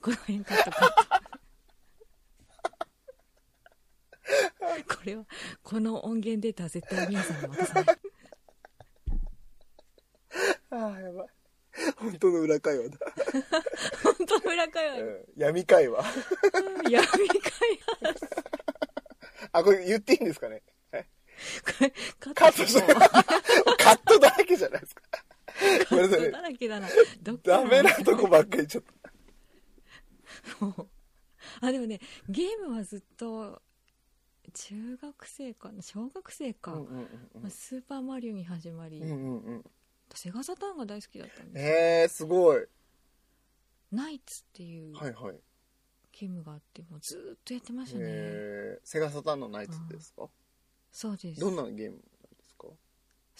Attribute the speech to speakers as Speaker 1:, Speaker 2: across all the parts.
Speaker 1: がへんかったかこれはこの音源データは絶対皆さんに渡さない
Speaker 2: ああ、やばい。本当の裏会話だ。
Speaker 1: 本当裏会話
Speaker 2: う
Speaker 1: に
Speaker 2: ん闇会話。
Speaker 1: うん闇会話
Speaker 2: あ、これ言っていいんですかね
Speaker 1: これカ
Speaker 2: カットしてカットだらけじゃないですか。ごめんなさ
Speaker 1: そう
Speaker 2: い
Speaker 1: だ
Speaker 2: ね。
Speaker 1: らけだなどっから
Speaker 2: ダメなとこばっかり言っちゃっ
Speaker 1: もうあでもねゲームはずっと中学生かな小学生
Speaker 2: た。
Speaker 1: か、まあスーパーマリオに始まり、
Speaker 2: うんうんうん。
Speaker 1: セガサターンが大好きだったんです、
Speaker 2: えー、すごい。
Speaker 1: ナイツっていう
Speaker 2: はいはい。
Speaker 1: ゲームがあってもうずーっとやってましたね、
Speaker 2: えー、セガサターンのナイツですか
Speaker 1: そうです
Speaker 2: どんなゲームなん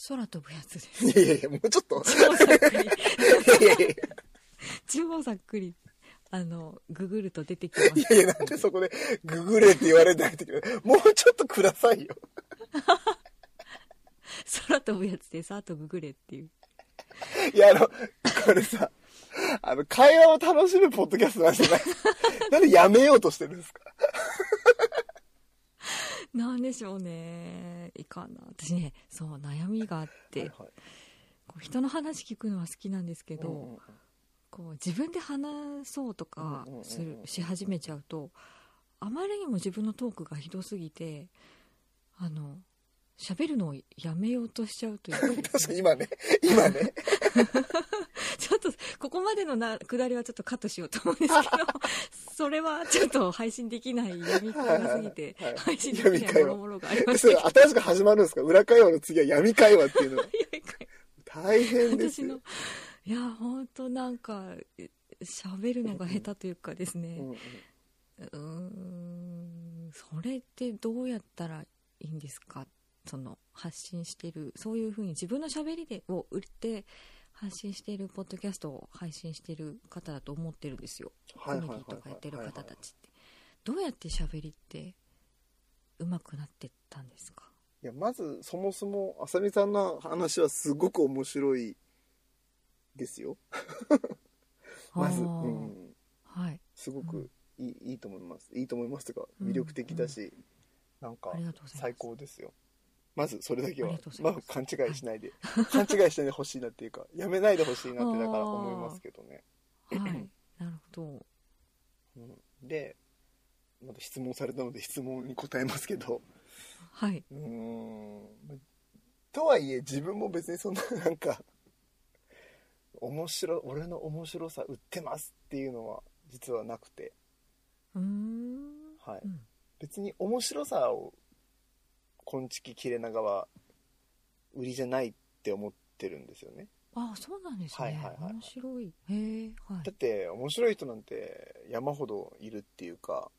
Speaker 1: 空飛ぶやつです
Speaker 2: ですかいやいやいや、もうちょっと。
Speaker 1: 超ざっくり
Speaker 2: いやいやい
Speaker 1: 超ざっくりあのググると出てき
Speaker 2: やいや、なんでそこでググれって言われないといけない。もうちょっとくださいよ。
Speaker 1: ます空飛ぶやつですあとググれっていう
Speaker 2: いや、あの、これさ、あの、会話を楽しむポッドキャストなんじ ゃないですか。なんでやめようとしてるんですか
Speaker 1: なんでしょうねいかんな私ねそう悩みがあって、
Speaker 2: はいはい
Speaker 1: こう人の話聞くのは好きなんですけど、
Speaker 2: うんうんうん
Speaker 1: こう自分で話そうとか
Speaker 2: うんうんうんうん
Speaker 1: するし始めちゃうとあまりにも自分のトークがひどすぎてあの喋るのをやめようとしちゃうというかですね
Speaker 2: 確かに今ね、今ね。
Speaker 1: ちょっとここまでのな下りはちょっとカットしようと思うんです けどそれはちょっと配信できない読み方がすぎて
Speaker 2: はいはいはい
Speaker 1: 配信できないもろもろがありまし
Speaker 2: それ
Speaker 1: たけど
Speaker 2: 新しく始まるんですか裏会話の次は闇会話っていうのが。
Speaker 1: いや
Speaker 2: 大変です
Speaker 1: 私
Speaker 2: よ。
Speaker 1: のいや本当なんかえ喋るのが下手というかですね、
Speaker 2: うんうん
Speaker 1: うーんそれってどうやったらいいんですかその発信してるそういうふうに自分のしゃべりでを売って発信しているポッドキャストを配信している方だと思ってるんですよコ
Speaker 2: はい
Speaker 1: メ
Speaker 2: は
Speaker 1: デ
Speaker 2: い
Speaker 1: ィ
Speaker 2: はいはい
Speaker 1: とかやってる方たちってどうやってしゃべりって上手くなってったんですか
Speaker 2: いや、まず、そもそも、あさみさんの話はすごく面白いですよ。まず、
Speaker 1: あ
Speaker 2: う
Speaker 1: ー
Speaker 2: ん。
Speaker 1: はい
Speaker 2: すご
Speaker 1: う
Speaker 2: く
Speaker 1: ん
Speaker 2: いい,、いいと思います。いいと思いますというか、
Speaker 1: うん
Speaker 2: 魅力的だし、なんか
Speaker 1: ありがとうございます
Speaker 2: 最高ですよ。まずそれだけは
Speaker 1: ありがとうござい
Speaker 2: ま
Speaker 1: ま
Speaker 2: あ
Speaker 1: す
Speaker 2: 勘違いしないで、 勘違いしないでほしいなっていうかやめないでほしいなってだから
Speaker 1: あー
Speaker 2: 思いますけどね、
Speaker 1: はいなるほど
Speaker 2: うん、でまた質問されたので質問に答えますけど
Speaker 1: はい、
Speaker 2: うーんとはいえ自分も別にそんななんか面白い俺の面白さ売ってますっていうのは実はなくて、
Speaker 1: うーん
Speaker 2: はい、
Speaker 1: うん
Speaker 2: 別に面白さを根き切れ長は売りじゃないって思ってるんですよね
Speaker 1: あそうなんですね、
Speaker 2: はいはいはい
Speaker 1: 面白いへえは
Speaker 2: だっ
Speaker 1: い
Speaker 2: て面白い人なんて山ほどいるっていうか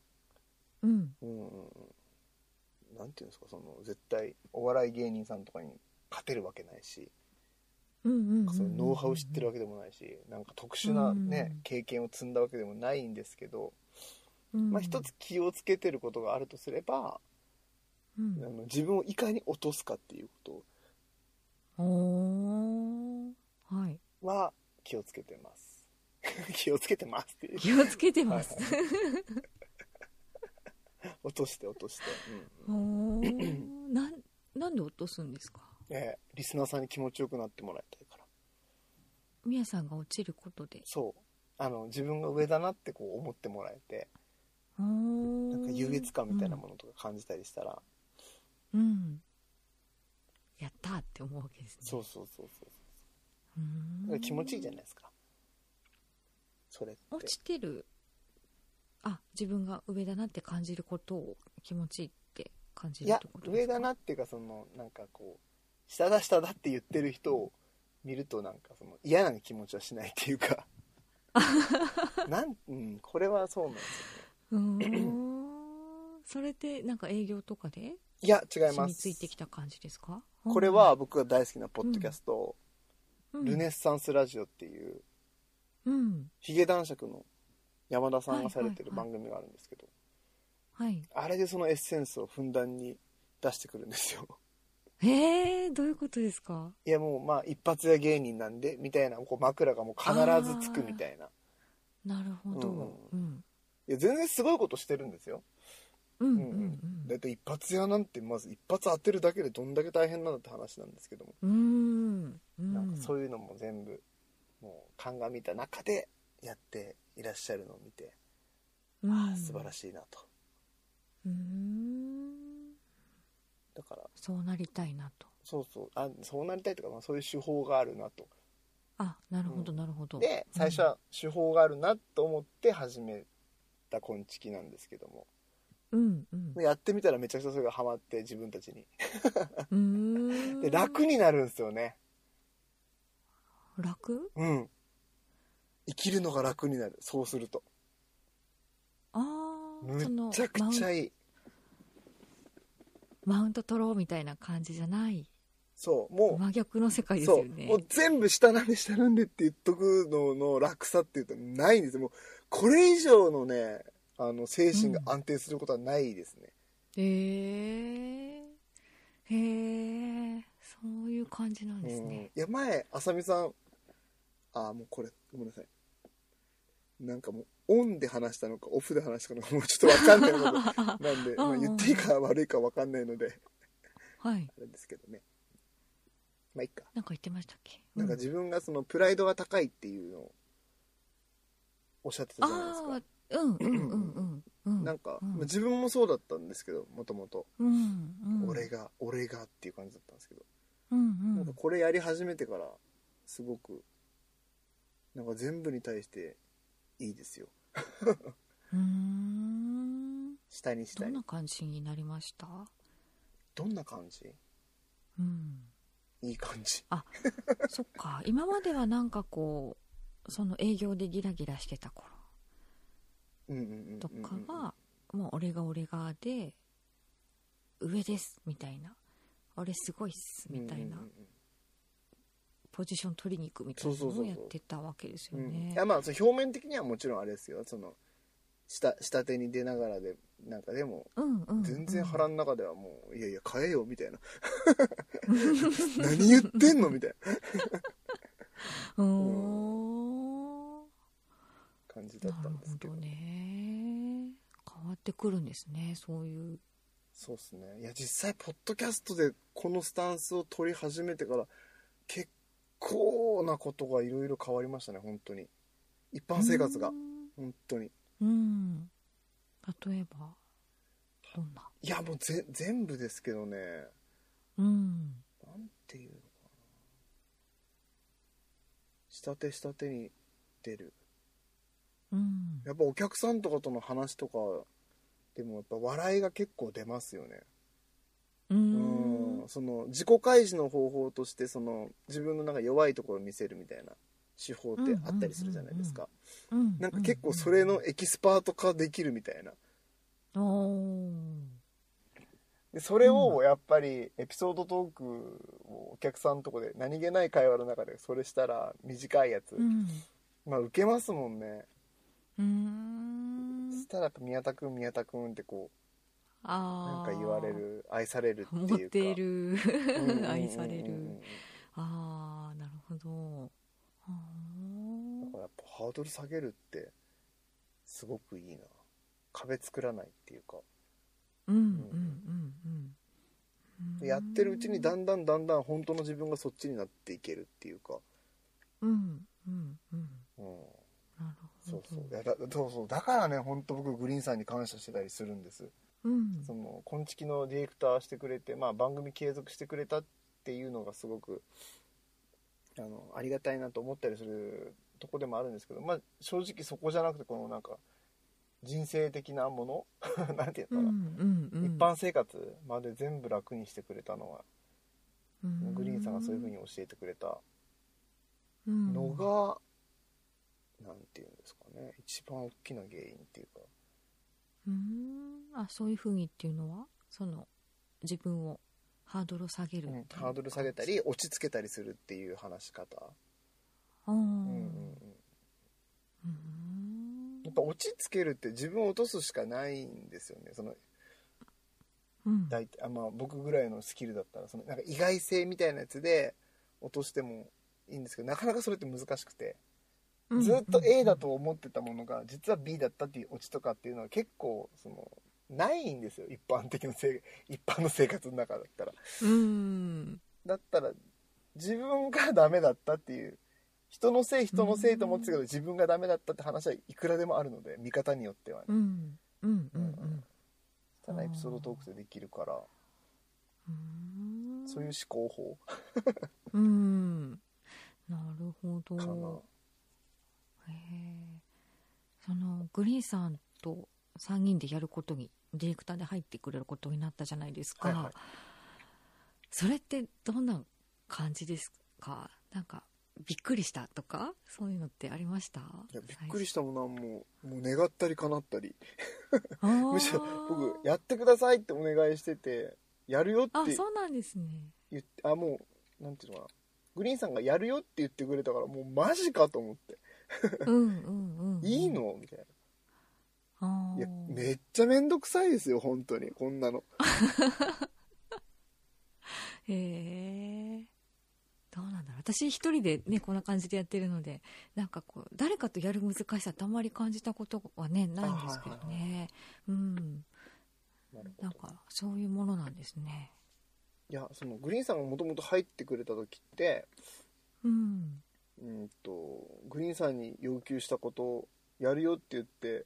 Speaker 1: うん
Speaker 2: うんうんうんなんていうんですかその絶対お笑い芸人さんとかに勝てるわけないし
Speaker 1: うんうんうんうんうん
Speaker 2: そのノウハウ知ってるわけでもないしなんか特殊な、ね経験を積んだわけでもないんですけど、
Speaker 1: うん
Speaker 2: まあ、一つ気をつけてることがあるとすれば、
Speaker 1: うん
Speaker 2: あの自分をいかに落とすかっていうこ
Speaker 1: おー はい
Speaker 2: とは気をつけてます 気をつけてますっていう
Speaker 1: 気をつけてます、
Speaker 2: は落として落として、うんうん
Speaker 1: おーなんなんで落とすんですか
Speaker 2: えーリスナーさんに気持ちよくなってもらいたいから
Speaker 1: みやさんが落ちることで
Speaker 2: そうあの自分が上だなってこう思ってもらえてな
Speaker 1: なん
Speaker 2: か優越感みたいなものとか感じたりしたら、
Speaker 1: のうん、うんやったーって思うわけですね
Speaker 2: そうそうそうそう
Speaker 1: うーん
Speaker 2: だから気持ちいいじゃないですかそれって
Speaker 1: 落ちてるあ自分が上だなって感じることを気持ちいいって感じ
Speaker 2: い
Speaker 1: るっ
Speaker 2: や
Speaker 1: てことで
Speaker 2: 上
Speaker 1: すか
Speaker 2: だなっていうかそのなんかこう下だ下だって言ってる人を見るとなんかその嫌な気持ちはしないっていう かなん、うん、これはそうなんですよね
Speaker 1: うーんそれってなんか営業とかで
Speaker 2: いや違い
Speaker 1: 染
Speaker 2: ま
Speaker 1: み
Speaker 2: す
Speaker 1: ついてきた感じですか
Speaker 2: これは、僕が大好きなポッドキャスト、
Speaker 1: うん
Speaker 2: ルネッサンスラジオっていう
Speaker 1: うん
Speaker 2: ヒゲ男爵の山田さんがされてる
Speaker 1: はいはい
Speaker 2: 番組があるんですけど、
Speaker 1: はい
Speaker 2: あれでそのエッセンスをふんだんに出してくるんですよ
Speaker 1: えー、どういうことですか
Speaker 2: いやもうまあ一発屋芸人なんでみたいなこう枕がもう必ずつくみたいな
Speaker 1: なるほど、うん、
Speaker 2: いや全然すごいことしてるんですよ
Speaker 1: うんうん
Speaker 2: う
Speaker 1: うんん
Speaker 2: うんだって一発屋なんてまず一発当てるだけでどんだけ大変なんだって話なんですけども、
Speaker 1: うんうんうん
Speaker 2: なんかそういうのも全部もう鑑みた中でやっていらっしゃるのを見て、ああ素晴ら
Speaker 1: しい
Speaker 2: しいなと
Speaker 1: うん
Speaker 2: だから
Speaker 1: そうなりたいなと
Speaker 2: そうそうあそうなりたいとか、まあ、そういう手法があるなと
Speaker 1: あなるほど
Speaker 2: うん
Speaker 1: なるほど、
Speaker 2: で最初は手法があるなと思って始めた昆虫なんですけども
Speaker 1: うんうん
Speaker 2: やってみたらめちゃくちゃそれがハマって自分たちに
Speaker 1: うーん
Speaker 2: で楽になるんですよね
Speaker 1: 楽
Speaker 2: うん生きるのが楽になるそうすると
Speaker 1: ああ
Speaker 2: むっちゃくちゃいい
Speaker 1: マウント取ろうみたいな感じじゃない
Speaker 2: そうもう
Speaker 1: 真逆の世界です
Speaker 2: そ
Speaker 1: よ
Speaker 2: う
Speaker 1: ね
Speaker 2: もう全部下なんで下なんでって言っとくのの楽さっていうとないんですよもうこれ以上のねあの精神が安定することはないですね、
Speaker 1: へえへえそういう感じなん
Speaker 2: うん
Speaker 1: ですね、
Speaker 2: いや前あさみさんあーもうこれごめんなさいなんかもうオンで話したのかオフで話したのかもうちょっと分かんな いことなんで
Speaker 1: うん
Speaker 2: ま
Speaker 1: う
Speaker 2: あ
Speaker 1: ん
Speaker 2: 言っていいか悪いか分かんないので
Speaker 1: はい
Speaker 2: あれですけどねまあいっか
Speaker 1: なんか言ってましたっけ
Speaker 2: なんか
Speaker 1: う
Speaker 2: 自分がそのプライドが高いっていうのをおっしゃってたじゃないですか
Speaker 1: ああうんうんうんうんうん
Speaker 2: なんか、
Speaker 1: うん
Speaker 2: まあ自分もそうだったんですけどもともと
Speaker 1: うんうん
Speaker 2: 俺が俺がっていう感じだったんですけど、
Speaker 1: うんう
Speaker 2: なん
Speaker 1: ん
Speaker 2: かこれやり始めてからすごくなんか全部に対していいですよ
Speaker 1: うーん
Speaker 2: 下に下
Speaker 1: どん
Speaker 2: に
Speaker 1: な感じになりました
Speaker 2: どんな感じ
Speaker 1: うん
Speaker 2: いい感じ
Speaker 1: そっか今まではなんかこうその営業でギラギラしてた頃
Speaker 2: うんうんうんうんうん
Speaker 1: とかは、もう俺が俺がで上ですみたいな俺すごいっすみたいな、
Speaker 2: うんうん
Speaker 1: ポジション取りに行くみたいな
Speaker 2: そうそ
Speaker 1: の
Speaker 2: うそう
Speaker 1: を
Speaker 2: そう
Speaker 1: やってたわけです
Speaker 2: う
Speaker 1: よ
Speaker 2: んうんい
Speaker 1: ね
Speaker 2: やまあその表面的にはもちろんあれですよその下下手に出ながらでなんかでも
Speaker 1: うんうんうん
Speaker 2: 全然腹の中ではもう、いやいや買えよみたいな 何言ってんのみたいな
Speaker 1: うーん
Speaker 2: 感じだ
Speaker 1: な
Speaker 2: った
Speaker 1: る
Speaker 2: んで
Speaker 1: ほ
Speaker 2: すけど
Speaker 1: どね変わってくるんですねそういう
Speaker 2: そうですねいや実際ポッドキャストでこのスタンスを取り始めてから結構なことがいろいろ変わりましたね本当に一般生活が本当に
Speaker 1: うんうん例えばどんない
Speaker 2: やもうぜ全部ですけどね
Speaker 1: うん
Speaker 2: なんていうのかな下手下手に出る
Speaker 1: うん
Speaker 2: やっぱお客さんとかとの話とかでもやっぱ笑いが結構出ますよね
Speaker 1: う
Speaker 2: うん
Speaker 1: ん
Speaker 2: その自己開示の方法としてその自分のなんか弱いところを見せるみたいな手法ってあったりするじゃないですか、
Speaker 1: うん
Speaker 2: なんか結構それのエキスパート化できるみたいな
Speaker 1: おー
Speaker 2: でそれをやっぱりエピソードトークをお客さんとこで何気ない会話の中でそれしたら短いやつ、
Speaker 1: うん
Speaker 2: まあ受けますもんね、
Speaker 1: うーん
Speaker 2: そしたらやっぱ宮田君宮田君ってこうな
Speaker 1: あ
Speaker 2: ん
Speaker 1: ー
Speaker 2: か言われる愛されるっていうか
Speaker 1: モテる
Speaker 2: うんうんうんうん
Speaker 1: 愛され
Speaker 2: だ
Speaker 1: るああなるほどあー
Speaker 2: からやっぱハードル下げるってすごくいいな壁作らないっていうか
Speaker 1: うんうんうんうんうん
Speaker 2: やってるうちにだんだんだんだん本当の自分がそっちになっていけるっていうか、
Speaker 1: うんうんうん
Speaker 2: うん、
Speaker 1: なるほど
Speaker 2: そうそういやだそうそうだからね本当僕グリーンさんに感謝してたりするんです
Speaker 1: うん
Speaker 2: その昆虫のディレクターしてくれて、まあ、番組継続してくれたっていうのがすごくあのありがたいなと思ったりするとこでもあるんですけど、まあ、正直そこじゃなくてこのなんか人生的なもの なんていう
Speaker 1: う
Speaker 2: のかな、
Speaker 1: んうんうん
Speaker 2: 一般生活まで全部楽にしてくれたのは
Speaker 1: うん
Speaker 2: グリーンさんがそういうふうに教えてくれた
Speaker 1: うん
Speaker 2: のが、なんていうんですかね一番大きな原因っていうか
Speaker 1: うんあそういうふうにっていうのはその自分をハードルを下げるっていう
Speaker 2: ハードル下げたり落ち着けたりするっていう話し方、
Speaker 1: あー
Speaker 2: うんうんうん、やっぱ落ち着けるって自分を落とすしかないんですよねその
Speaker 1: うん
Speaker 2: 大体あ、まあ、僕ぐらいのスキルだったらそのなんか意外性みたいなやつで落としてもいいんですけどなかなかそれって難しくて
Speaker 1: うん
Speaker 2: ずっと A だと思ってたものが実は B だったっていうオチとかっていうのは結構そのないんですよ一般的なせい一般の生活の中だったら
Speaker 1: うん
Speaker 2: だったら自分がダメだったっていう人のせい人のせいと思ってたけど自分がダメだったって話はいくらでもあるので見方によってはね
Speaker 1: うんうんうんうん
Speaker 2: ただエピソードトークでできるから
Speaker 1: うん
Speaker 2: そういう思考
Speaker 1: うんなるほ
Speaker 2: 法かな、
Speaker 1: どへえそのグリーンさんと3人でやることにディレクターで入ってくれることになったじゃないですか、
Speaker 2: はいはい
Speaker 1: それってどんな感じですかなんかびっくりしたとかそういうのってありました
Speaker 2: いやびっくりしたもんなもうもう願ったり叶ったり
Speaker 1: たむ
Speaker 2: むしろ僕やってくださいってお願いしててやるよっ
Speaker 1: あ
Speaker 2: て
Speaker 1: そうなんですね
Speaker 2: 言ってあもうなんていうのかなグリーンさんがやるよって言ってくれたからもうマジかと思って
Speaker 1: うんうんうん
Speaker 2: いいのみたいな
Speaker 1: あー
Speaker 2: いやめっちゃめんどくさいですよ本当にこんなの
Speaker 1: へえどうなんだろう私一人でねこんな感じでやってるのでなんかこう誰かとやる難しさってあんまり感じたことはねないんですけど
Speaker 2: あはい
Speaker 1: ねうん
Speaker 2: なるほ
Speaker 1: なん
Speaker 2: ど
Speaker 1: かそういうものなんですね
Speaker 2: いやそのグリーンさんがもともと入ってくれた時って
Speaker 1: うん
Speaker 2: うんとグリーンさんに要求したことをやるよって言って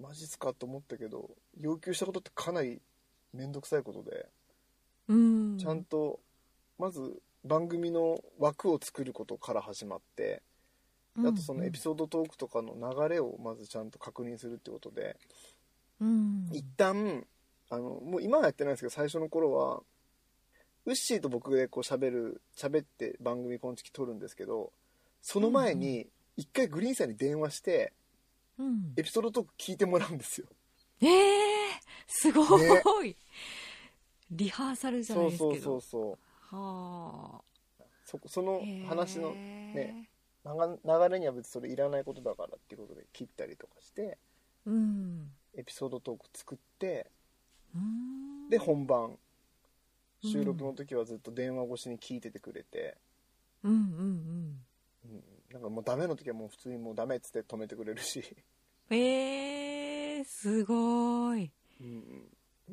Speaker 2: マジっすかと思ったけど要求したことってかなりめんどくさいことで
Speaker 1: うん
Speaker 2: ちゃんとまず番組の枠を作ることから始まってあとそのエピ
Speaker 1: ソ
Speaker 2: ソードトークとかの流れをまずちゃんと確認するってことで
Speaker 1: ードうん
Speaker 2: 一旦あのもう今はやってないんですけど最初の頃はウッシーと僕でこう喋る喋って番組今月撮るんですけどその前に一回グリーンさんに電話して
Speaker 1: うん
Speaker 2: エピソードトーク聞いてもらうんですよ
Speaker 1: ええすごい、リハーサルじゃない
Speaker 2: そう
Speaker 1: ですけど
Speaker 2: そうそうそう
Speaker 1: はあ
Speaker 2: そこその話の
Speaker 1: ね
Speaker 2: 流流れには別にそれいらないことだからっていうことで切ったりとかして
Speaker 1: うん
Speaker 2: エピソードトーク作って
Speaker 1: うん
Speaker 2: で本番
Speaker 1: うん
Speaker 2: 収録の時はずっと電話越しに聞いててくれて、
Speaker 1: うんうん
Speaker 2: うんなんかもうダメの時はもう普通にもうダメっつって止めてくれるし、
Speaker 1: うんえー、すごい、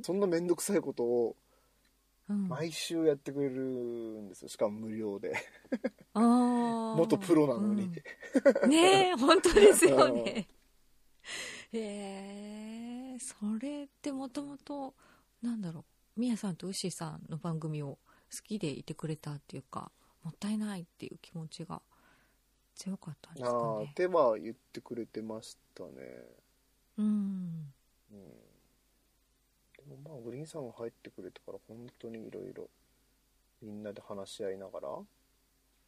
Speaker 2: そんな面倒くさいことを
Speaker 1: うん、
Speaker 2: 毎週やってくれるんですよしかも無料で
Speaker 1: 元
Speaker 2: 元プロなのに、
Speaker 1: ねえ本当ですよねえー、それってもともとなんだろうみやさんとウッシーさんの番組を好きでいてくれたっていうかもったいないっていう気持ちが強かったんですか
Speaker 2: ああ
Speaker 1: ね
Speaker 2: 手は言ってくれてましたね、
Speaker 1: うん
Speaker 2: うん、でもまあグリーンさんが入ってくれてから本当にいろいろみんなで話し合いながら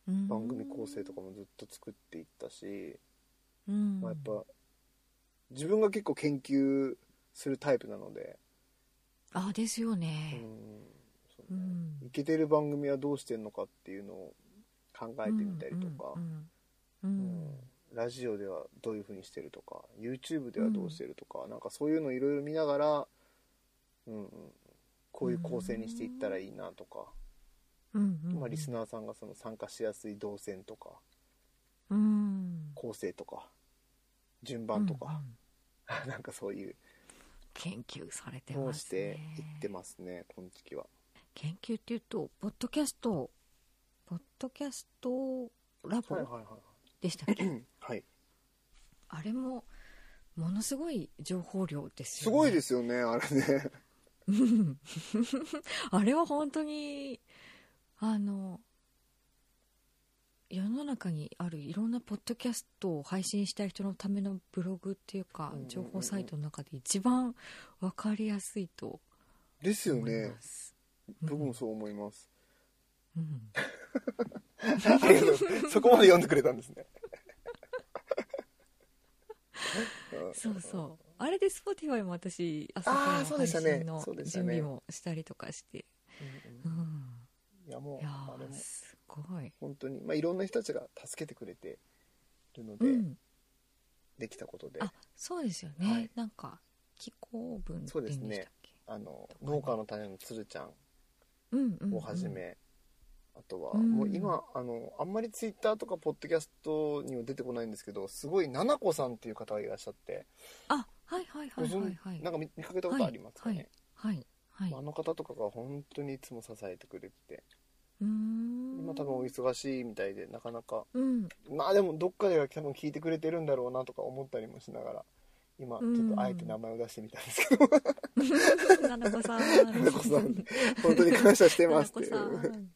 Speaker 1: うん
Speaker 2: 番組構成とかもずっと作っていったし、
Speaker 1: うん
Speaker 2: まあ、やっぱ自分が結構研究するタイプなので、
Speaker 1: あですよ
Speaker 2: うん
Speaker 1: ね
Speaker 2: そうね
Speaker 1: うん
Speaker 2: いけてる番組はどうしてんのかっていうのを考えてみたりとか、
Speaker 1: うんうん
Speaker 2: う
Speaker 1: うん
Speaker 2: んラジオではどういう風にしてるとか YouTube ではどうしてるとか、なんかそういうのいろいろ見ながら、うんうん、こういう構成にしていったらいいなとか、
Speaker 1: うんうん
Speaker 2: まあ、リスナーさんがその参加しやすい動線とか
Speaker 1: うん
Speaker 2: 構成とか順番とか
Speaker 1: う、んうん
Speaker 2: なんかそういう
Speaker 1: 研究されて
Speaker 2: こ
Speaker 1: ま
Speaker 2: う
Speaker 1: す、ね、
Speaker 2: していってますね今月は。
Speaker 1: 研究っていうとポッドキャストポッドキャストラボ
Speaker 2: はいはいは
Speaker 1: でしたっけ、
Speaker 2: いうんはい、
Speaker 1: あれもものすごい情報量です
Speaker 2: す
Speaker 1: よ、ね、
Speaker 2: ごいですすよねあれね
Speaker 1: あれは本当にあの世の中にあるいろんなポッドキャストを配信したい人のためのブログっていうか
Speaker 2: うんうんうん
Speaker 1: 情報サイトの中で一番分かりやすいと
Speaker 2: ですよ
Speaker 1: 思い
Speaker 2: ね
Speaker 1: ます、
Speaker 2: 僕もそう思い ます。
Speaker 1: うん、
Speaker 2: ありがとうございますそこまで読んでくれたんですね。
Speaker 1: そうそうあれで Spotify も私朝
Speaker 2: あ
Speaker 1: から
Speaker 2: ーそ
Speaker 1: の
Speaker 2: う
Speaker 1: 配
Speaker 2: でしたね
Speaker 1: 信の
Speaker 2: そうでした
Speaker 1: 準
Speaker 2: ね
Speaker 1: 備もしたりとかして
Speaker 2: うん
Speaker 1: う
Speaker 2: うんん。いやも
Speaker 1: いうや
Speaker 2: あれ
Speaker 1: ー
Speaker 2: も
Speaker 1: すごい
Speaker 2: 本当にまあいろんな人たちが助けてくれてるの
Speaker 1: う
Speaker 2: で、
Speaker 1: ん
Speaker 2: できたことで、
Speaker 1: あそうですよね、
Speaker 2: はい
Speaker 1: なんか気候文って
Speaker 2: そ
Speaker 1: 言
Speaker 2: う
Speaker 1: う
Speaker 2: です
Speaker 1: んで
Speaker 2: ね
Speaker 1: したっけ
Speaker 2: あの
Speaker 1: とかね
Speaker 2: 農家の種のつるちゃん
Speaker 1: うんうんうん
Speaker 2: をはじめ、あとは、
Speaker 1: うん
Speaker 2: もう今あのあんまりツイッターとかポッドキャストには出てこないんですけどすごいななこさんっていう方がいらっしゃって
Speaker 1: あはいはいはい
Speaker 2: ご
Speaker 1: は
Speaker 2: 存
Speaker 1: いはい
Speaker 2: なんか見見かけたことありますかね、
Speaker 1: はいはい
Speaker 2: あの方とかが本当にいつも支えてくれてて
Speaker 1: うーん
Speaker 2: 今多分お忙しいみたいでなかなか
Speaker 1: うん
Speaker 2: まあでもどっかでは多分聞いてくれてるんだろうなとか思ったりもしながら今ちょっとあえて名前を出してみたんですけど
Speaker 1: ななこさんな
Speaker 2: なな こさん本当に感謝してますってい
Speaker 1: ななこさ
Speaker 2: うん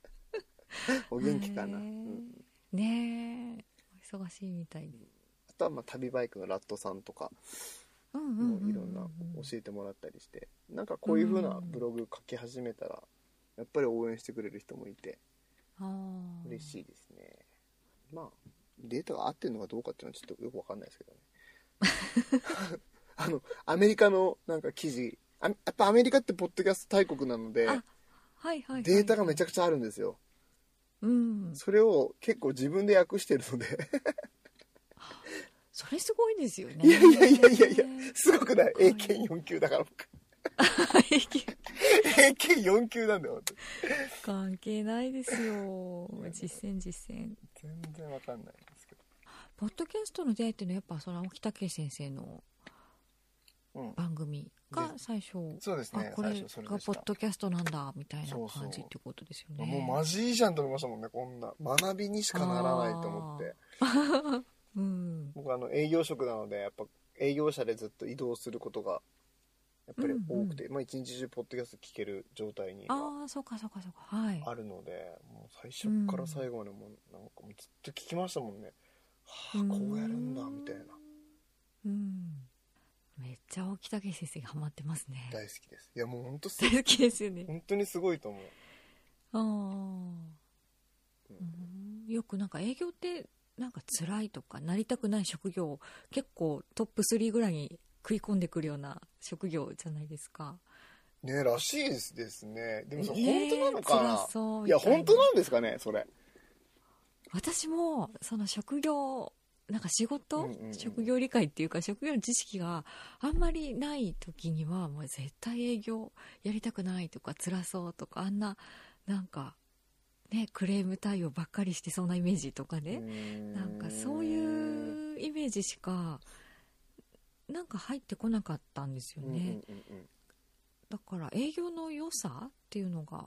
Speaker 2: お元気かな、
Speaker 1: へー
Speaker 2: うん
Speaker 1: ねえお忙しいみたいで
Speaker 2: あとはまあ旅バイクのラットさんとか
Speaker 1: うんうん
Speaker 2: も
Speaker 1: うんうん
Speaker 2: いろんな教えてもらったりしてなんかこういう風なブログ書き始めたらやっぱり応援してくれる人もいて
Speaker 1: あー
Speaker 2: 嬉しいですねまあデータが合ってるのかどうかっていうのはちょっとよくわかんないですけどね あのアメリカのなんか記事あやっぱアメリカってポッドキャスト大国なので
Speaker 1: あはいはいはい
Speaker 2: データがめちゃ
Speaker 1: くち
Speaker 2: くちゃあるんですよ
Speaker 1: ゃうん
Speaker 2: それを結構自分で訳してる ので
Speaker 1: それすごいですよね
Speaker 2: いやいやいやいやいやすごくな
Speaker 1: す
Speaker 2: い
Speaker 1: ごい
Speaker 2: AK4 級だから僕
Speaker 1: はい
Speaker 2: AK4 級なんだよ本当に
Speaker 1: 関係ないですよ
Speaker 2: いや
Speaker 1: 実践実践
Speaker 2: 全然わかんないですけ
Speaker 1: ポッドキャストの出会いっていうのはやっぱその沖武先生の
Speaker 2: どうん
Speaker 1: 番組が最初
Speaker 2: そうですね
Speaker 1: あこれ
Speaker 2: 最初それ
Speaker 1: が
Speaker 2: でした
Speaker 1: ポッドキャストなんだみたいな
Speaker 2: そうそう
Speaker 1: 感じってことですよね
Speaker 2: もうマジいいじゃんと思いましたもんねこんな学びにしかならないと思って
Speaker 1: うん
Speaker 2: 僕あの営業職なのでやっぱ営業者でずっと移動することがやっぱり多くて、まあ、一日中ポッドキャスト聞ける状態には
Speaker 1: ああそうかそうかそうかはい
Speaker 2: あるのでもう最初から最後までもうなんかもうずっと聞きましたもんね、
Speaker 1: うん
Speaker 2: はあこうやるんだみたいな
Speaker 1: うんめっちゃ沖武先生がハマってますね
Speaker 2: 大好きですいやもう本当す
Speaker 1: 大好きですよね
Speaker 2: 本当にすごいと思う
Speaker 1: ああうんよくなんか営業ってなんか辛いとかなりたくない職業結構トップ3ぐらいに食い込んでくるような職業じゃないですか
Speaker 2: ねらしいですですねでもそれ
Speaker 1: え
Speaker 2: 本
Speaker 1: ー
Speaker 2: 当なのかな
Speaker 1: 辛、そう
Speaker 2: い
Speaker 1: みた
Speaker 2: や
Speaker 1: いな
Speaker 2: 本当なんですかねそれ
Speaker 1: 私もその職業なんか仕事、
Speaker 2: うんうんうん
Speaker 1: 職業理解っていうか職業の知識があんまりない時にはもう絶対営業やりたくないとか辛そうとかあんななんかねクレーム対応ばっかりしてそうなイメージとかね、なんかそう
Speaker 2: う
Speaker 1: いうイメージしかなんか入ってこなかったんです
Speaker 2: ー
Speaker 1: よ
Speaker 2: ん
Speaker 1: ね、
Speaker 2: うんうんうんうん
Speaker 1: だから営業の良さっていうのが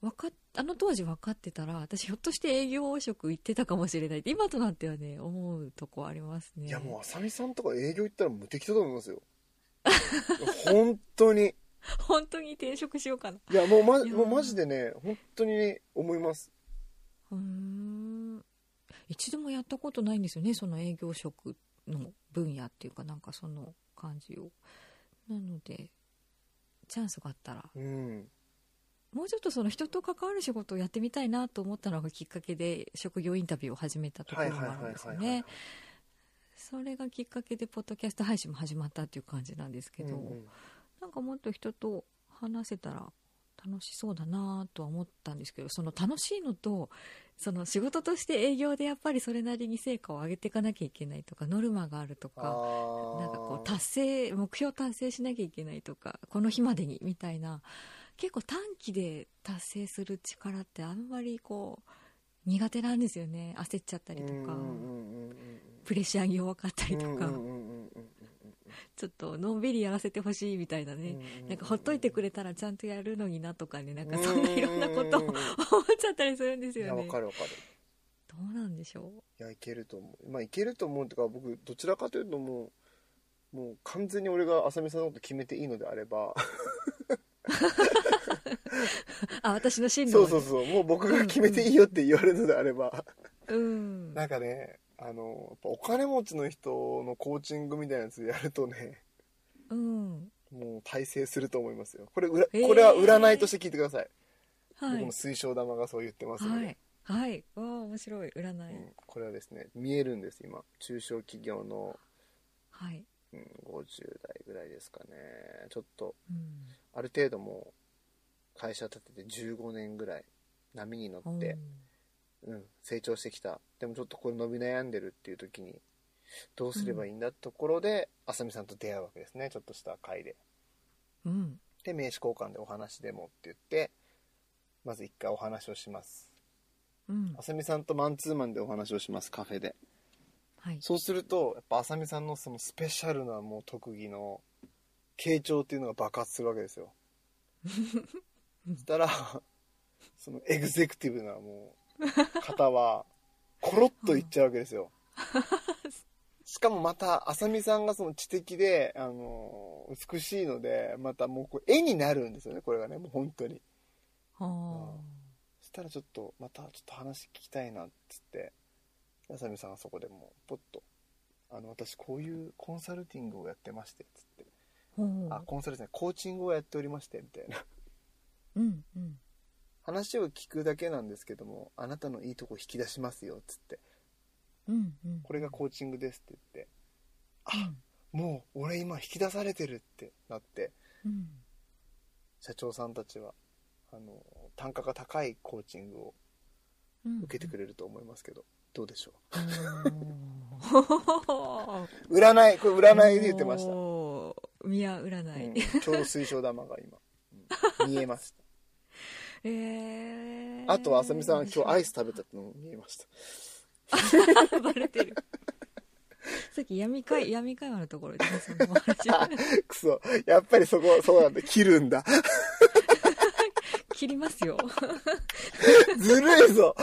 Speaker 1: わかっあの当時分かってたら私ひょっとして営業職行ってたかもしれないって今となってはね思うとこありますね
Speaker 2: いやもうあさみさんとか営業行ったら無敵だと思いますよ 本当に
Speaker 1: 本当に転職しようかない
Speaker 2: やもう,、ま、
Speaker 1: いや
Speaker 2: もうマジでね本当にね思います
Speaker 1: うーん一度もやったことないんですよねその営業職の分野っていうかなんかその感じをなのでチャンスがあったら
Speaker 2: うん
Speaker 1: もうちょっとその人と関わる仕事をやってみたいなと思ったのがきっかけで職業インタビューを始めたとこ
Speaker 2: はい
Speaker 1: ろ
Speaker 2: はい
Speaker 1: も
Speaker 2: はい
Speaker 1: あるんです
Speaker 2: は
Speaker 1: よ
Speaker 2: い、
Speaker 1: ねそれがきっかけでポッドキャスト配信も始まったっていう感じなんですけど、
Speaker 2: うんうん
Speaker 1: なんかもっと人と話せたら楽しそうだなとは思ったんですけどその楽しいのとその仕事として営業でやっぱりそれなりに成果を上げていかなきゃいけないとかノルマがあると
Speaker 2: あ
Speaker 1: か
Speaker 2: ー
Speaker 1: なんかこう達成目標達成しなきゃいけないとかこの日までにみたいな結構短期で達成する力ってあんまりこう苦手なんですよね焦っちゃったりとか
Speaker 2: うんうんうんうんうん
Speaker 1: プレッシャーに弱かったりとか
Speaker 2: うんうんうんうんうん
Speaker 1: ちょっとのんびりやらせてほしいみたいな
Speaker 2: う
Speaker 1: ね
Speaker 2: んうん
Speaker 1: なんかほっといてくれたらちゃんとやるのになとかねなんかそんないろんなことを
Speaker 2: う
Speaker 1: 思
Speaker 2: んうんうんうん
Speaker 1: っちゃったりするんです
Speaker 2: いや
Speaker 1: よ
Speaker 2: わ
Speaker 1: ね
Speaker 2: かるわかる
Speaker 1: どうなんでしょ
Speaker 2: いやいけると思うまあいけると思うっていうか僕どちらかというともうもう完全に俺があさみさんのこと決めていいのであれば
Speaker 1: うあ私の進路を
Speaker 2: そ
Speaker 1: ね
Speaker 2: うそうそうもう僕が決めていいよって言われるのであれば
Speaker 1: うん
Speaker 2: なんかねあのやっぱお金持ちの人のコーチングみたいなやつやるとね
Speaker 1: うん
Speaker 2: もう大成すると思いますよこれ裏
Speaker 1: へー
Speaker 2: これは占いとして聞いてください、
Speaker 1: は
Speaker 2: 僕
Speaker 1: い
Speaker 2: の推奨玉がそう言ってますので、
Speaker 1: はいはいわあ面白い占い、
Speaker 2: うん、これはですね見えるんです今中小企業の、
Speaker 1: はい、
Speaker 2: うん、50代ぐらいですかねちょっと
Speaker 1: うん、
Speaker 2: ある程度もう会社立てて15年ぐらい波に乗って、うん、成長してきたでもちょっとこれ伸び悩んでるっていう時にどうすればいいんだってところで、あさみさんと出会うわけですねちょっとした会で
Speaker 1: うん
Speaker 2: で名刺交換でお話でもって言ってまず一回お話をします
Speaker 1: うん
Speaker 2: あさみさんとマンツーマンでお話をしますカフェで
Speaker 1: はい
Speaker 2: そうするとやっぱあさみさんのそのスペシャルなもう特技の傾聴っていうのが爆発するわけで すよそしたらそのエグゼクティブなもう方はコロッといっちゃうわけで すよしかもまたあさみさんがその知的であの美しいのでまたもうこう絵になるんですよねこれがねもう本当に
Speaker 1: はあ
Speaker 2: そしたらちょっとまたちょっと話聞きたいなっつってやさみさんがそこでもうポッと「あの私こういうコンサルティングをやってまして」っつって
Speaker 1: ほ
Speaker 2: 「あ
Speaker 1: う
Speaker 2: コンサルじゃないコーチングをやっておりまして」みたいな
Speaker 1: うんうん
Speaker 2: 話を聞くだけなんですけども「あなたのいいとこ引き出しますよ」っつって
Speaker 1: うんうん
Speaker 2: 「これがコーチングです」って言って「あ
Speaker 1: うん
Speaker 2: もう俺今引き出されてる」ってなって
Speaker 1: うん
Speaker 2: 社長さんたちはあの単価が高いコーチングを
Speaker 1: うん
Speaker 2: 受けてくれると思いますけどどうでしょ
Speaker 1: おー
Speaker 2: う占いこれ占いで言ってました
Speaker 1: おー宮占い、
Speaker 2: うんちょうど水晶玉が今、うん見えま した
Speaker 1: えー、
Speaker 2: あとあさみさんは今日アイス食べたってのも見えました
Speaker 1: バレてる さっき闇会闇会話のところでねそのお話を
Speaker 2: くそやっぱりそこそうなんだ切るんだ
Speaker 1: 切りますよ
Speaker 2: ずるいぞ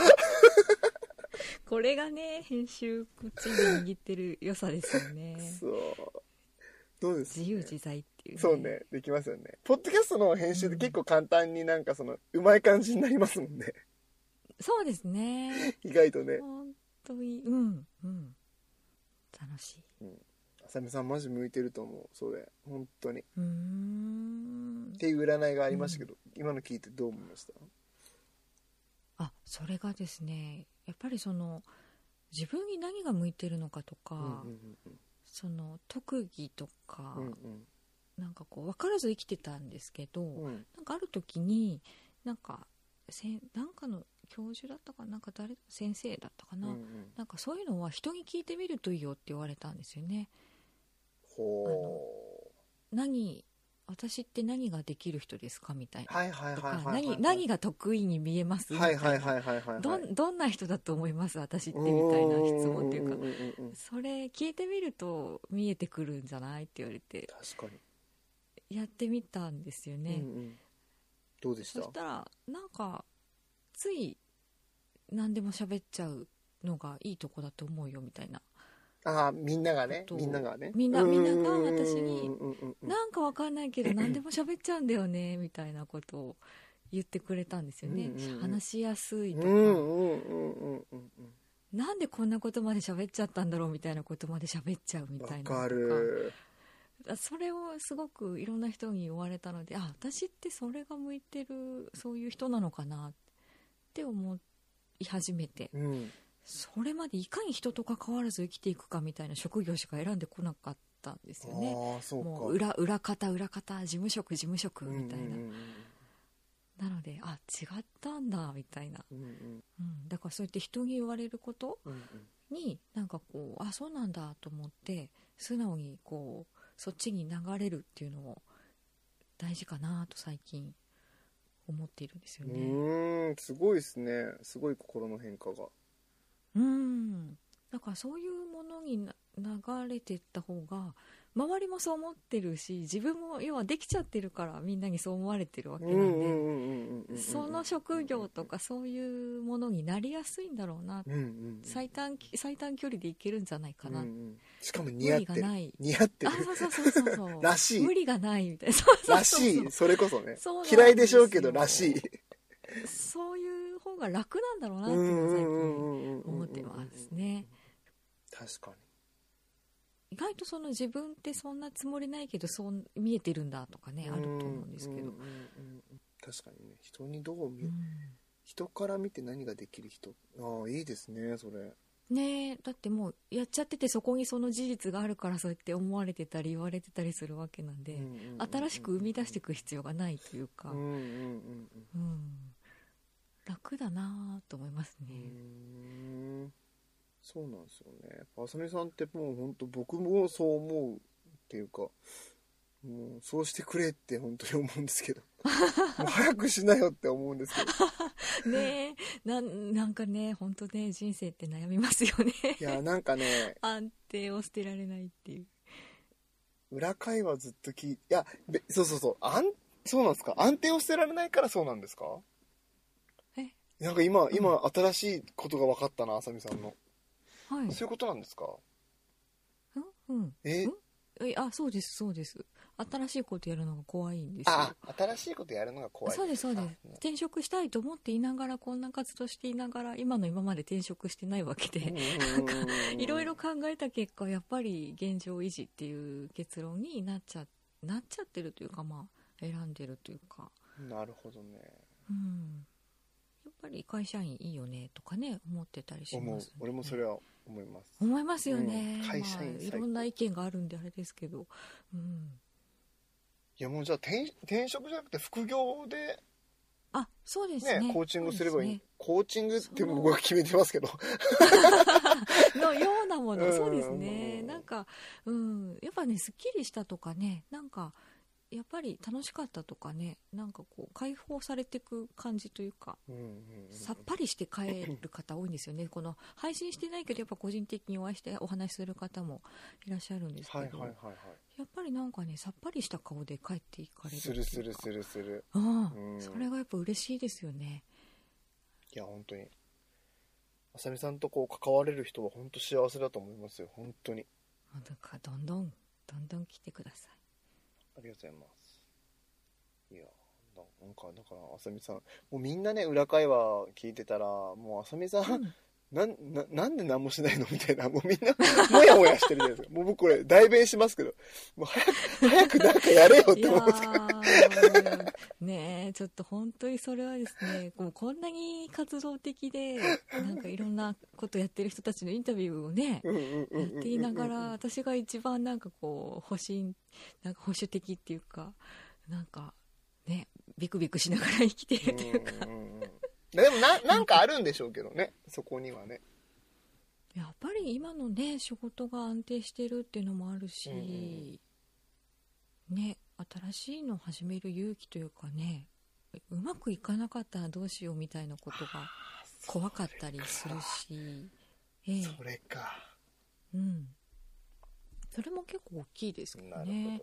Speaker 1: これがね編集こっちに握ってる良さですよ ね
Speaker 2: くそどうです
Speaker 1: 自由自在っていう、
Speaker 2: そうねできますよねポッドキャストの編集って結構簡単になんかそのうまい感じになりますもんね
Speaker 1: そうですね
Speaker 2: 意外とね
Speaker 1: 本当にうんうん楽しい
Speaker 2: あさみさんマジ向いてると思うそれ本当にっ
Speaker 1: うーん
Speaker 2: ていう占いがありましたけど、今の聞いてどう思いました
Speaker 1: あそれがですねやっぱりその自分に何が向いてるのかとか、
Speaker 2: うん
Speaker 1: その特技とか、
Speaker 2: うんうん
Speaker 1: なんかこう分からず生きてたんですけど、
Speaker 2: うんうん
Speaker 1: なんかある時になんかせんなんかの教授だったかななんか誰先生だったか
Speaker 2: う
Speaker 1: な、
Speaker 2: んうん
Speaker 1: なんかそういうのは人に聞いてみるといいよって言われたんですよね
Speaker 2: ほ
Speaker 1: 何私って何ができる人ですかみたいうな、
Speaker 2: はいはいはいはいはいはい
Speaker 1: とか何何が得意に見えますみた
Speaker 2: はいい
Speaker 1: な、
Speaker 2: はいはいはいはいはい
Speaker 1: どんどんな人だと思います私ってみたいな質問っていうか
Speaker 2: んんんうんうん
Speaker 1: それ聞いてみると見えてくるんじゃないって言われて
Speaker 2: 確か
Speaker 1: やってみたんですよ
Speaker 2: に、
Speaker 1: ね、
Speaker 2: うんうんどうでした
Speaker 1: そしたらなんかつい何でも喋っちゃうのがいいとこだと思うよみたいな、
Speaker 2: ああみんなが
Speaker 1: え
Speaker 2: ね
Speaker 1: っと
Speaker 2: みんながね
Speaker 1: みんな
Speaker 2: ううう
Speaker 1: みんなが私に
Speaker 2: うんうんうんうん
Speaker 1: なんかわかんないけ ど何でも喋っちゃうんだよねみたいなことを言ってくれたんですよね、
Speaker 2: うんうんうん
Speaker 1: 話しやすいと
Speaker 2: う
Speaker 1: か、
Speaker 2: んうんうんうんうん
Speaker 1: なんでこんなことまで喋っちゃったんだろうみたいなことまで喋っちゃうみ
Speaker 2: わ
Speaker 1: たいなのと
Speaker 2: かる
Speaker 1: あそれをすごくいろんな人に言われたのであ私ってそれが向いてるそういう人なのかなって思い始めて
Speaker 2: うん
Speaker 1: それまでいかに人と関わらず生きていくかみたいな職業しか選んでこなかったんですよね
Speaker 2: ああそうか
Speaker 1: もう裏裏方裏方事務職事務職みたいな、
Speaker 2: うんうん
Speaker 1: なのであ違ったんだみたいな、
Speaker 2: うんうん
Speaker 1: うん、だからそうやって人に言われること
Speaker 2: うんうん
Speaker 1: になんかこうあそうなんだと思って素直にこうそっちに流れるっていうのも大事かなと最近思っているんですよ
Speaker 2: う
Speaker 1: ね
Speaker 2: ーんすごいですねすごい心の変化が
Speaker 1: うんだからそういうものにな流れてった方が周りもそう思ってるし自分も要はできちゃってるからみんなにそう思われてるわけ
Speaker 2: う
Speaker 1: なんんで、
Speaker 2: うんうんうんうんうん
Speaker 1: その職業とかそういうものになりやすいんだろうな
Speaker 2: うんうんうん
Speaker 1: 最短最短距離でいけるんじゃないかな、
Speaker 2: うんうんしかも
Speaker 1: 無
Speaker 2: 似合っ
Speaker 1: 理
Speaker 2: て
Speaker 1: が
Speaker 2: る
Speaker 1: ない
Speaker 2: 似合って
Speaker 1: あ
Speaker 2: る
Speaker 1: そうそうそうそうそう
Speaker 2: らしい
Speaker 1: 無理がないみたいな そうそう
Speaker 2: ら
Speaker 1: そう
Speaker 2: しいそれこそね
Speaker 1: そうなんですよ
Speaker 2: 嫌いでしょうけどらしい
Speaker 1: そういう方が楽なんだろうなっていうのを最近
Speaker 2: 思
Speaker 1: 思ってますね
Speaker 2: 確か
Speaker 1: 意外とその自分ってそんなつもりないけどそう見えてるんだとか
Speaker 2: に
Speaker 1: ねあると思うんですけど
Speaker 2: ううんうんうん確かにね人にどう見、
Speaker 1: うん
Speaker 2: 人から見て何ができる人ああいいですねそれ
Speaker 1: ねえだってもうやっちゃっててそこにその事実があるからそうやって思われてたり言われてたりするわけなんで新しく生み出してい
Speaker 2: く
Speaker 1: く必要がないというか
Speaker 2: うんうんうん
Speaker 1: うん楽だなぁと思います
Speaker 2: うんう
Speaker 1: ね
Speaker 2: ーんそうなんですよねやっぱあさみさんってもう本当僕 もそう思うっていうかもうそうしてくれって本当に思うんですけどもう早くしなよって思うんですけど
Speaker 1: ねえなんなんかね本当ね人生って悩みますよね
Speaker 2: いやなんかね
Speaker 1: 安定を捨てられないっていう
Speaker 2: 裏会話ずっと聞いいやべそうそうそうあんそうなんですか安定を捨てられないからそうなんですか
Speaker 1: え
Speaker 2: なんか今今新しいことが分かったなあさみさんの
Speaker 1: はい
Speaker 2: そういうことなんですか
Speaker 1: うんうん
Speaker 2: え
Speaker 1: んえあそうですそうです新しいことやるのが怖いんですよ
Speaker 2: あ新しいことやるのが怖い
Speaker 1: そうですそうです
Speaker 2: あ
Speaker 1: 転職したいと思っていながらこんな活動していながら今の今まで転職してないわけで、
Speaker 2: うん
Speaker 1: いろいろ考えた結果やっぱり現状維持っていう結論になっちゃなっちゃってるというかまあ選んでるというか、
Speaker 2: なるほどね
Speaker 1: うん、やっぱり会社員いいよねとかね思ってたりし
Speaker 2: 思
Speaker 1: ま
Speaker 2: う
Speaker 1: す、ね、
Speaker 2: 俺もそれは思います
Speaker 1: 思いますよね、
Speaker 2: うん会社員
Speaker 1: まあ、
Speaker 2: 最
Speaker 1: い
Speaker 2: 高
Speaker 1: ろんな意見があるんであれですけど、うん、
Speaker 2: いやもうじゃあ転転職じゃなくて副業で
Speaker 1: あそうですね
Speaker 2: ねコーチングすればい
Speaker 1: そ
Speaker 2: い、
Speaker 1: うですね
Speaker 2: コーチングって僕は決めてますけど
Speaker 1: のようなも
Speaker 2: う
Speaker 1: の
Speaker 2: ん
Speaker 1: そうですね
Speaker 2: うん
Speaker 1: なんか、うん、やっぱねすっきりしたとかねなんかやっぱり楽しかったとかねなんかこう解放されていく感じというか
Speaker 2: うんうんうん
Speaker 1: さっぱりして帰る方多いんですよねこの配信してないけどやっぱ個人的にお会いしてお話しする方もいらっしゃるんですけ
Speaker 2: はいはい
Speaker 1: ど、
Speaker 2: はいは
Speaker 1: やっぱりなんかねさっぱりした顔で帰っていかれ
Speaker 2: い
Speaker 1: るって
Speaker 2: す
Speaker 1: いう
Speaker 2: る
Speaker 1: か
Speaker 2: するするする
Speaker 1: うん
Speaker 2: うん
Speaker 1: それがやっぱ嬉しいですよね
Speaker 2: いや本当にあさみさんとこう関われる人は本当幸せだと思いますよ本当に
Speaker 1: なんかどんどんどんどん来てください
Speaker 2: ありがとうございますいやななんかだからあさみさんもうみんなね裏会話聞いてたらもうあさみさん、
Speaker 1: うん
Speaker 2: なんななんで何もしないのみたいなもうみんなもやもやしてるじゃないですかもう僕これ代弁しますけどもう早く早くなんかやれよっ
Speaker 1: い
Speaker 2: て
Speaker 1: や
Speaker 2: 思うんですけど
Speaker 1: ーねえちょっと本当にそれはですねもうこんなに活動的でなんかいろんなことやってる人たちのインタビューをね
Speaker 2: うんうんうん
Speaker 1: や
Speaker 2: う
Speaker 1: っ
Speaker 2: んうん
Speaker 1: ていながら私が一番なんかこう保身なんか保守的っていうかなんかねビクビクしながら生きてるというか
Speaker 2: うんうんうんでもななんかあるんでしょうけどねそこにはね
Speaker 1: やっぱり今のね仕事が安定してるっていうのもある
Speaker 2: うん
Speaker 1: し、ね新しいのを始める勇気というかねうまくいかなかったらどうしようみたいなことが怖かったりするし、ええ
Speaker 2: それか
Speaker 1: うん、それも結構大きいですけど
Speaker 2: なるほど
Speaker 1: ね
Speaker 2: ね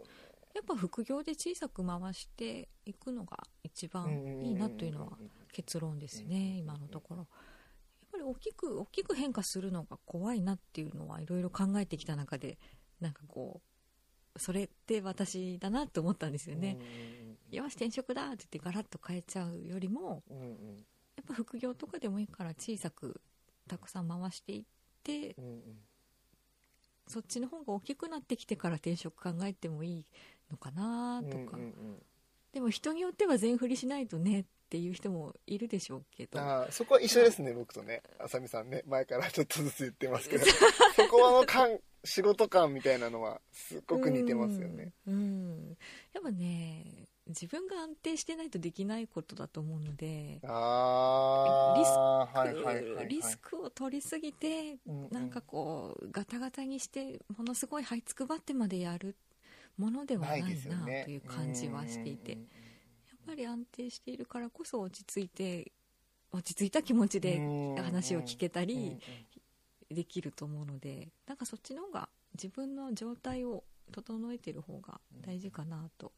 Speaker 1: やっぱ副業で小さく回していくのが一番いいなというのは結論です
Speaker 2: うんうんうんう
Speaker 1: ね
Speaker 2: ん
Speaker 1: 今のところやっぱり大きく大きく変化するのが怖いなっていうのはいろいろ考えてきた中でなんかこうそれって私だなと思ったんですよね、よし転職だって言ってガラッと変えちゃうよりも
Speaker 2: うんうんうん
Speaker 1: やっぱ副業とかでもいいから小さくたくさん回していって
Speaker 2: うんうん
Speaker 1: そっちの方が大きくなってきてから転職考えてもいいのかなとか、
Speaker 2: うんうん
Speaker 1: でも人によっては全振りしないとねっていう人もいるでしょうけ
Speaker 2: うん
Speaker 1: ど
Speaker 2: あーそこは一緒ですね僕とねあさみさんね前からちょっとずつ言ってますけどそこはの感仕事感みたいなのはすごく似てますよね
Speaker 1: うんうんやっぱね自分が安定してないとできないことだと思うので
Speaker 2: ああはいはいはいはい
Speaker 1: リスクを取りすぎて
Speaker 2: うんうん
Speaker 1: なんかこうガタガタにしてものすごい這いつくばってまでやるものでは
Speaker 2: な
Speaker 1: ない
Speaker 2: い
Speaker 1: な
Speaker 2: ですよね
Speaker 1: という感じはしていてや
Speaker 2: うん
Speaker 1: っぱり安定しているからこそ落ち着いて落ち着いた気持ちで
Speaker 2: うんうん
Speaker 1: 話を聞けたり、
Speaker 2: うんうん
Speaker 1: できると思うのでなんかそっちの方が自分の状態を整えてる方が大事かなと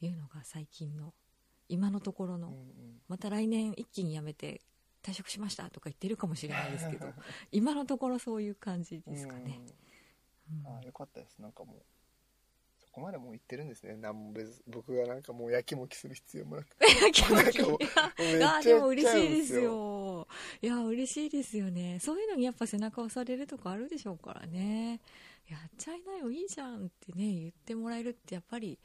Speaker 1: いうのが最近の今のところの、
Speaker 2: うんうん
Speaker 1: また来年一気に辞めて退職しましたとか言ってるかもしれないですけど今のところそういう感じですかね。うん
Speaker 2: ああよかったですなんかもうそこまでもう言ってるんですねなんも別僕がなんかもうやきもきする必要もなく
Speaker 1: 気持ちいい
Speaker 2: なんかもうめっちゃ
Speaker 1: あーでも嬉しいです
Speaker 2: やっちゃうん
Speaker 1: よいや嬉しいですよねそういうのにやっぱ背中押されるとかあるでしょうからねやっちゃいなよいいじゃんってね言ってもらえるってやっぱり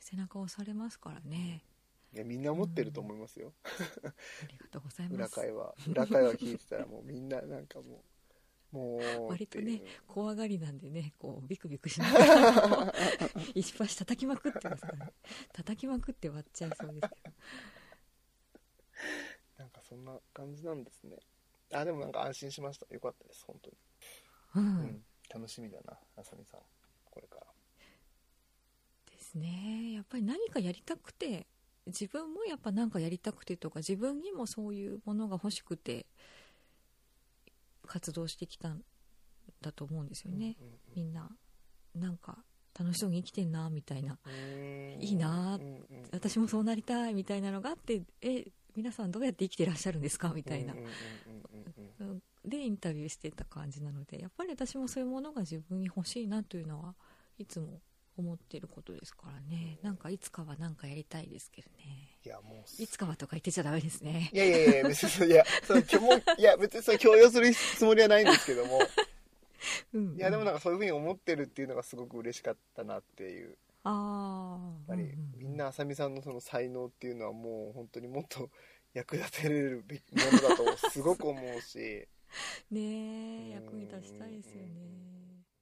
Speaker 1: 背中押されますからね
Speaker 2: ですよいやみんな思ってると思いますよ、
Speaker 1: ありがとうございま
Speaker 2: 裏
Speaker 1: す
Speaker 2: 会話裏会話聞いてたらもうみんななんかもうもう
Speaker 1: 割と
Speaker 2: っ
Speaker 1: ね
Speaker 2: ていう
Speaker 1: 怖がりなんでねこうビクビクしなが ら石橋叩きまくってますからね叩きまくって割っちゃいそうですけど
Speaker 2: なんかそんな感じなんですねあでもなんか安心しましたよかったです本当に、
Speaker 1: うん、
Speaker 2: うん楽しみだなあさみさんこれから
Speaker 1: ですですねやっぱり何かやりたくて自分もやっぱ何かやりたくてとか自分にもそういうものが欲しくて活動してきたんだと思うんですよね、
Speaker 2: うんうん
Speaker 1: みんななんか楽しそうに生きてんなみたいな
Speaker 2: うん
Speaker 1: いいなあ
Speaker 2: うんうんうん
Speaker 1: 私もそうなりたいみたいなのがあってえ皆さんどうやって生きてらっしゃるんですかみたいな
Speaker 2: うんうんうんうんうん
Speaker 1: うんでインタビューしてた感じなのでやっぱり私もそういうものが自分に欲しいなというのはいつも思ってることですからねなんかいつかは何かやりたいですけどね
Speaker 2: いやもう
Speaker 1: いつかはとか言ってちゃダメですね
Speaker 2: いやいやいや別にそういやそのきょもいや別にそれ強要するつもりはないんですけども
Speaker 1: うん
Speaker 2: いやでもなんかそういうふうに思ってるっていうのがすごく嬉しかったなっていうやっ
Speaker 1: ああ
Speaker 2: ぱりみんなあさみさんのその才能っていうのはもう本当にもっと役立てれるべきものだとすごく思うし
Speaker 1: ねえ
Speaker 2: うん
Speaker 1: 役に立ちたいですよね
Speaker 2: うん